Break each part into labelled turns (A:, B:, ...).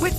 A: With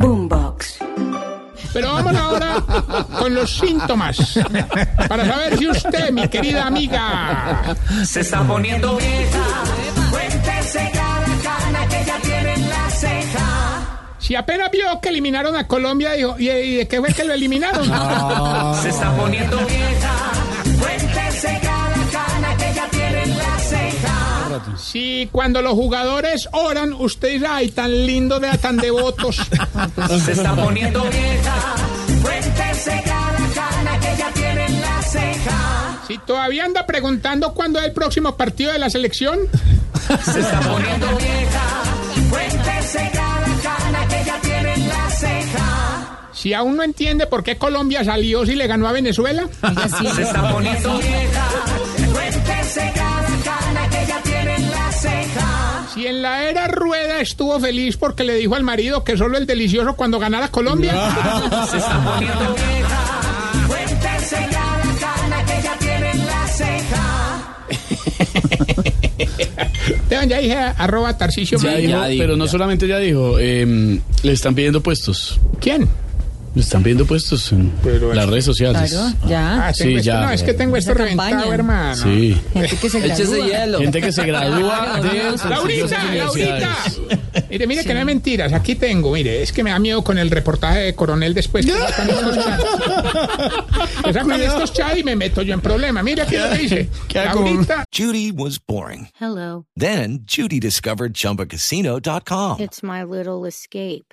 B: Boombox.
C: Pero vamos ahora con los síntomas. Para saber si usted, mi querida amiga,
D: Se está poniendo vieja. Cuéntese cada cana que ya tiene en la ceja.
C: si apenas vio que eliminaron a Colombia, dijo, ¿y, y de qué fue que lo eliminaron?
D: Se está poniendo vieja. Cuéntese cada cana que ya tiene en la ceja.
C: Si cuando los jugadores oran, usted dice, ay, tan lindo, de, tan devotos.
D: Se está poniendo vieja. Cuéntese cada cana que ya tiene en la ceja.
C: Si todavía anda preguntando cuándo es el próximo partido de la selección,
D: Se está poniendo vieja. Cuéntese cada cana que ya tiene en la ceja.
C: si aún no entiende por qué Colombia salió si le ganó a Venezuela,
D: Se está poniendo vieja. Cuéntese cada cana que ya tiene en la ceja.
C: si en la era rueda estuvo feliz porque le dijo al marido que solo el delicioso cuando ganara Colombia.
D: Se está poniendo vieja. Cuéntese cada cana que ya tiene en la ceja.
C: Esteban, ya dije arroba Tarcicio.
E: Ya dijo, pero no solamente ya dijo, eh, le están pidiendo puestos.
C: ¿Quién?
E: Le están pidiendo puestos en las redes sociales.
C: Ah,
B: ya.
C: tengo
E: sí,
C: esto-
E: ya.
C: No, es que tengo esto
B: campaña.
C: reventado, hermano.
E: Sí.
B: Gente que se gradúa.
E: Gente que se gradúa
B: Claro,
E: de
B: no,
E: prestigiosas
C: Laurita, Laurita.
E: universidades.
C: Mire, mire que no hay mentiras. Aquí tengo, mire, es que me da miedo con el reportaje de coronel después. Que sacan estos chats. Que sacan estos chats y me meto yo en problema. Mire aquí lo que dice. Laurita,
F: Judy was boring.
G: Hello,
F: Then Judy discovered ChumbaCasino.com.
G: it's my little escape.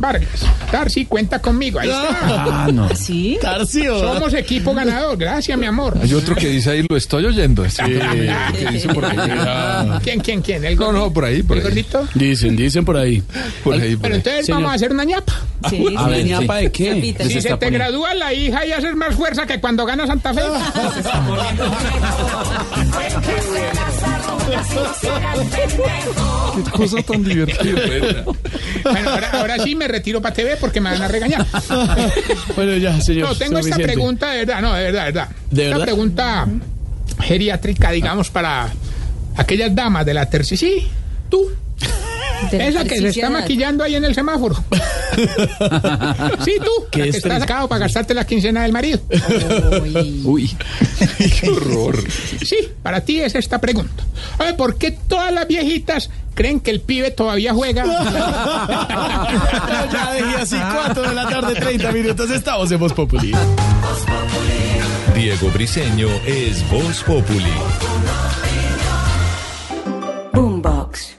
C: Vargas, Tarsi, cuenta conmigo. Ahí está.
E: Ah, no.
B: ¿Sí?
E: Tarcio.
C: Somos equipo ganador. Gracias, mi amor.
H: Hay otro que dice ahí, lo estoy oyendo. Sí. Que dice por ahí. ah,
C: ¿Quién, quién, quién? ¿El
H: No,
C: gordito?
H: no, por ahí, por
C: ¿El
H: ahí.
C: gordito?
E: Dicen, dicen por ahí.
H: Por ahí, por
C: Pero
H: ahí.
C: entonces
E: Señor.
C: vamos a hacer una ñapa.
B: Sí, sí,
E: ¿A ver,
B: sí.
E: ñapa de qué?
B: Zapita.
E: Les
C: Si se
E: está
C: te
E: poniendo-
C: gradúa la hija y haces más fuerza que cuando gana Santa Fe.
E: Ah.
H: Qué cosa tan divertida.
C: Bueno, ahora, ahora sí me retiro para TV porque me van a regañar.
E: Bueno, ya, señor.
C: No, tengo esta
E: suficiente.
C: pregunta de verdad, no, de verdad, de verdad.
E: ¿De
C: esta
E: verdad?
C: pregunta geriátrica, digamos, para aquellas damas de la tercera. Sí, tú. Esa que se está maquillando ahí en el semáforo. sí, tú.
E: Qué
C: la que
E: estrés.
C: está sacado para gastarte la quincena del marido.
E: Uy.
H: Qué horror.
C: Sí, para ti es esta pregunta. A ver, ¿por qué todas las viejitas creen que el pibe todavía juega?
E: ya dejé así 4 de la tarde, 30 minutos. Estamos en Voz Populi.
H: Diego Briseño es Voz Populi.
B: Boombox.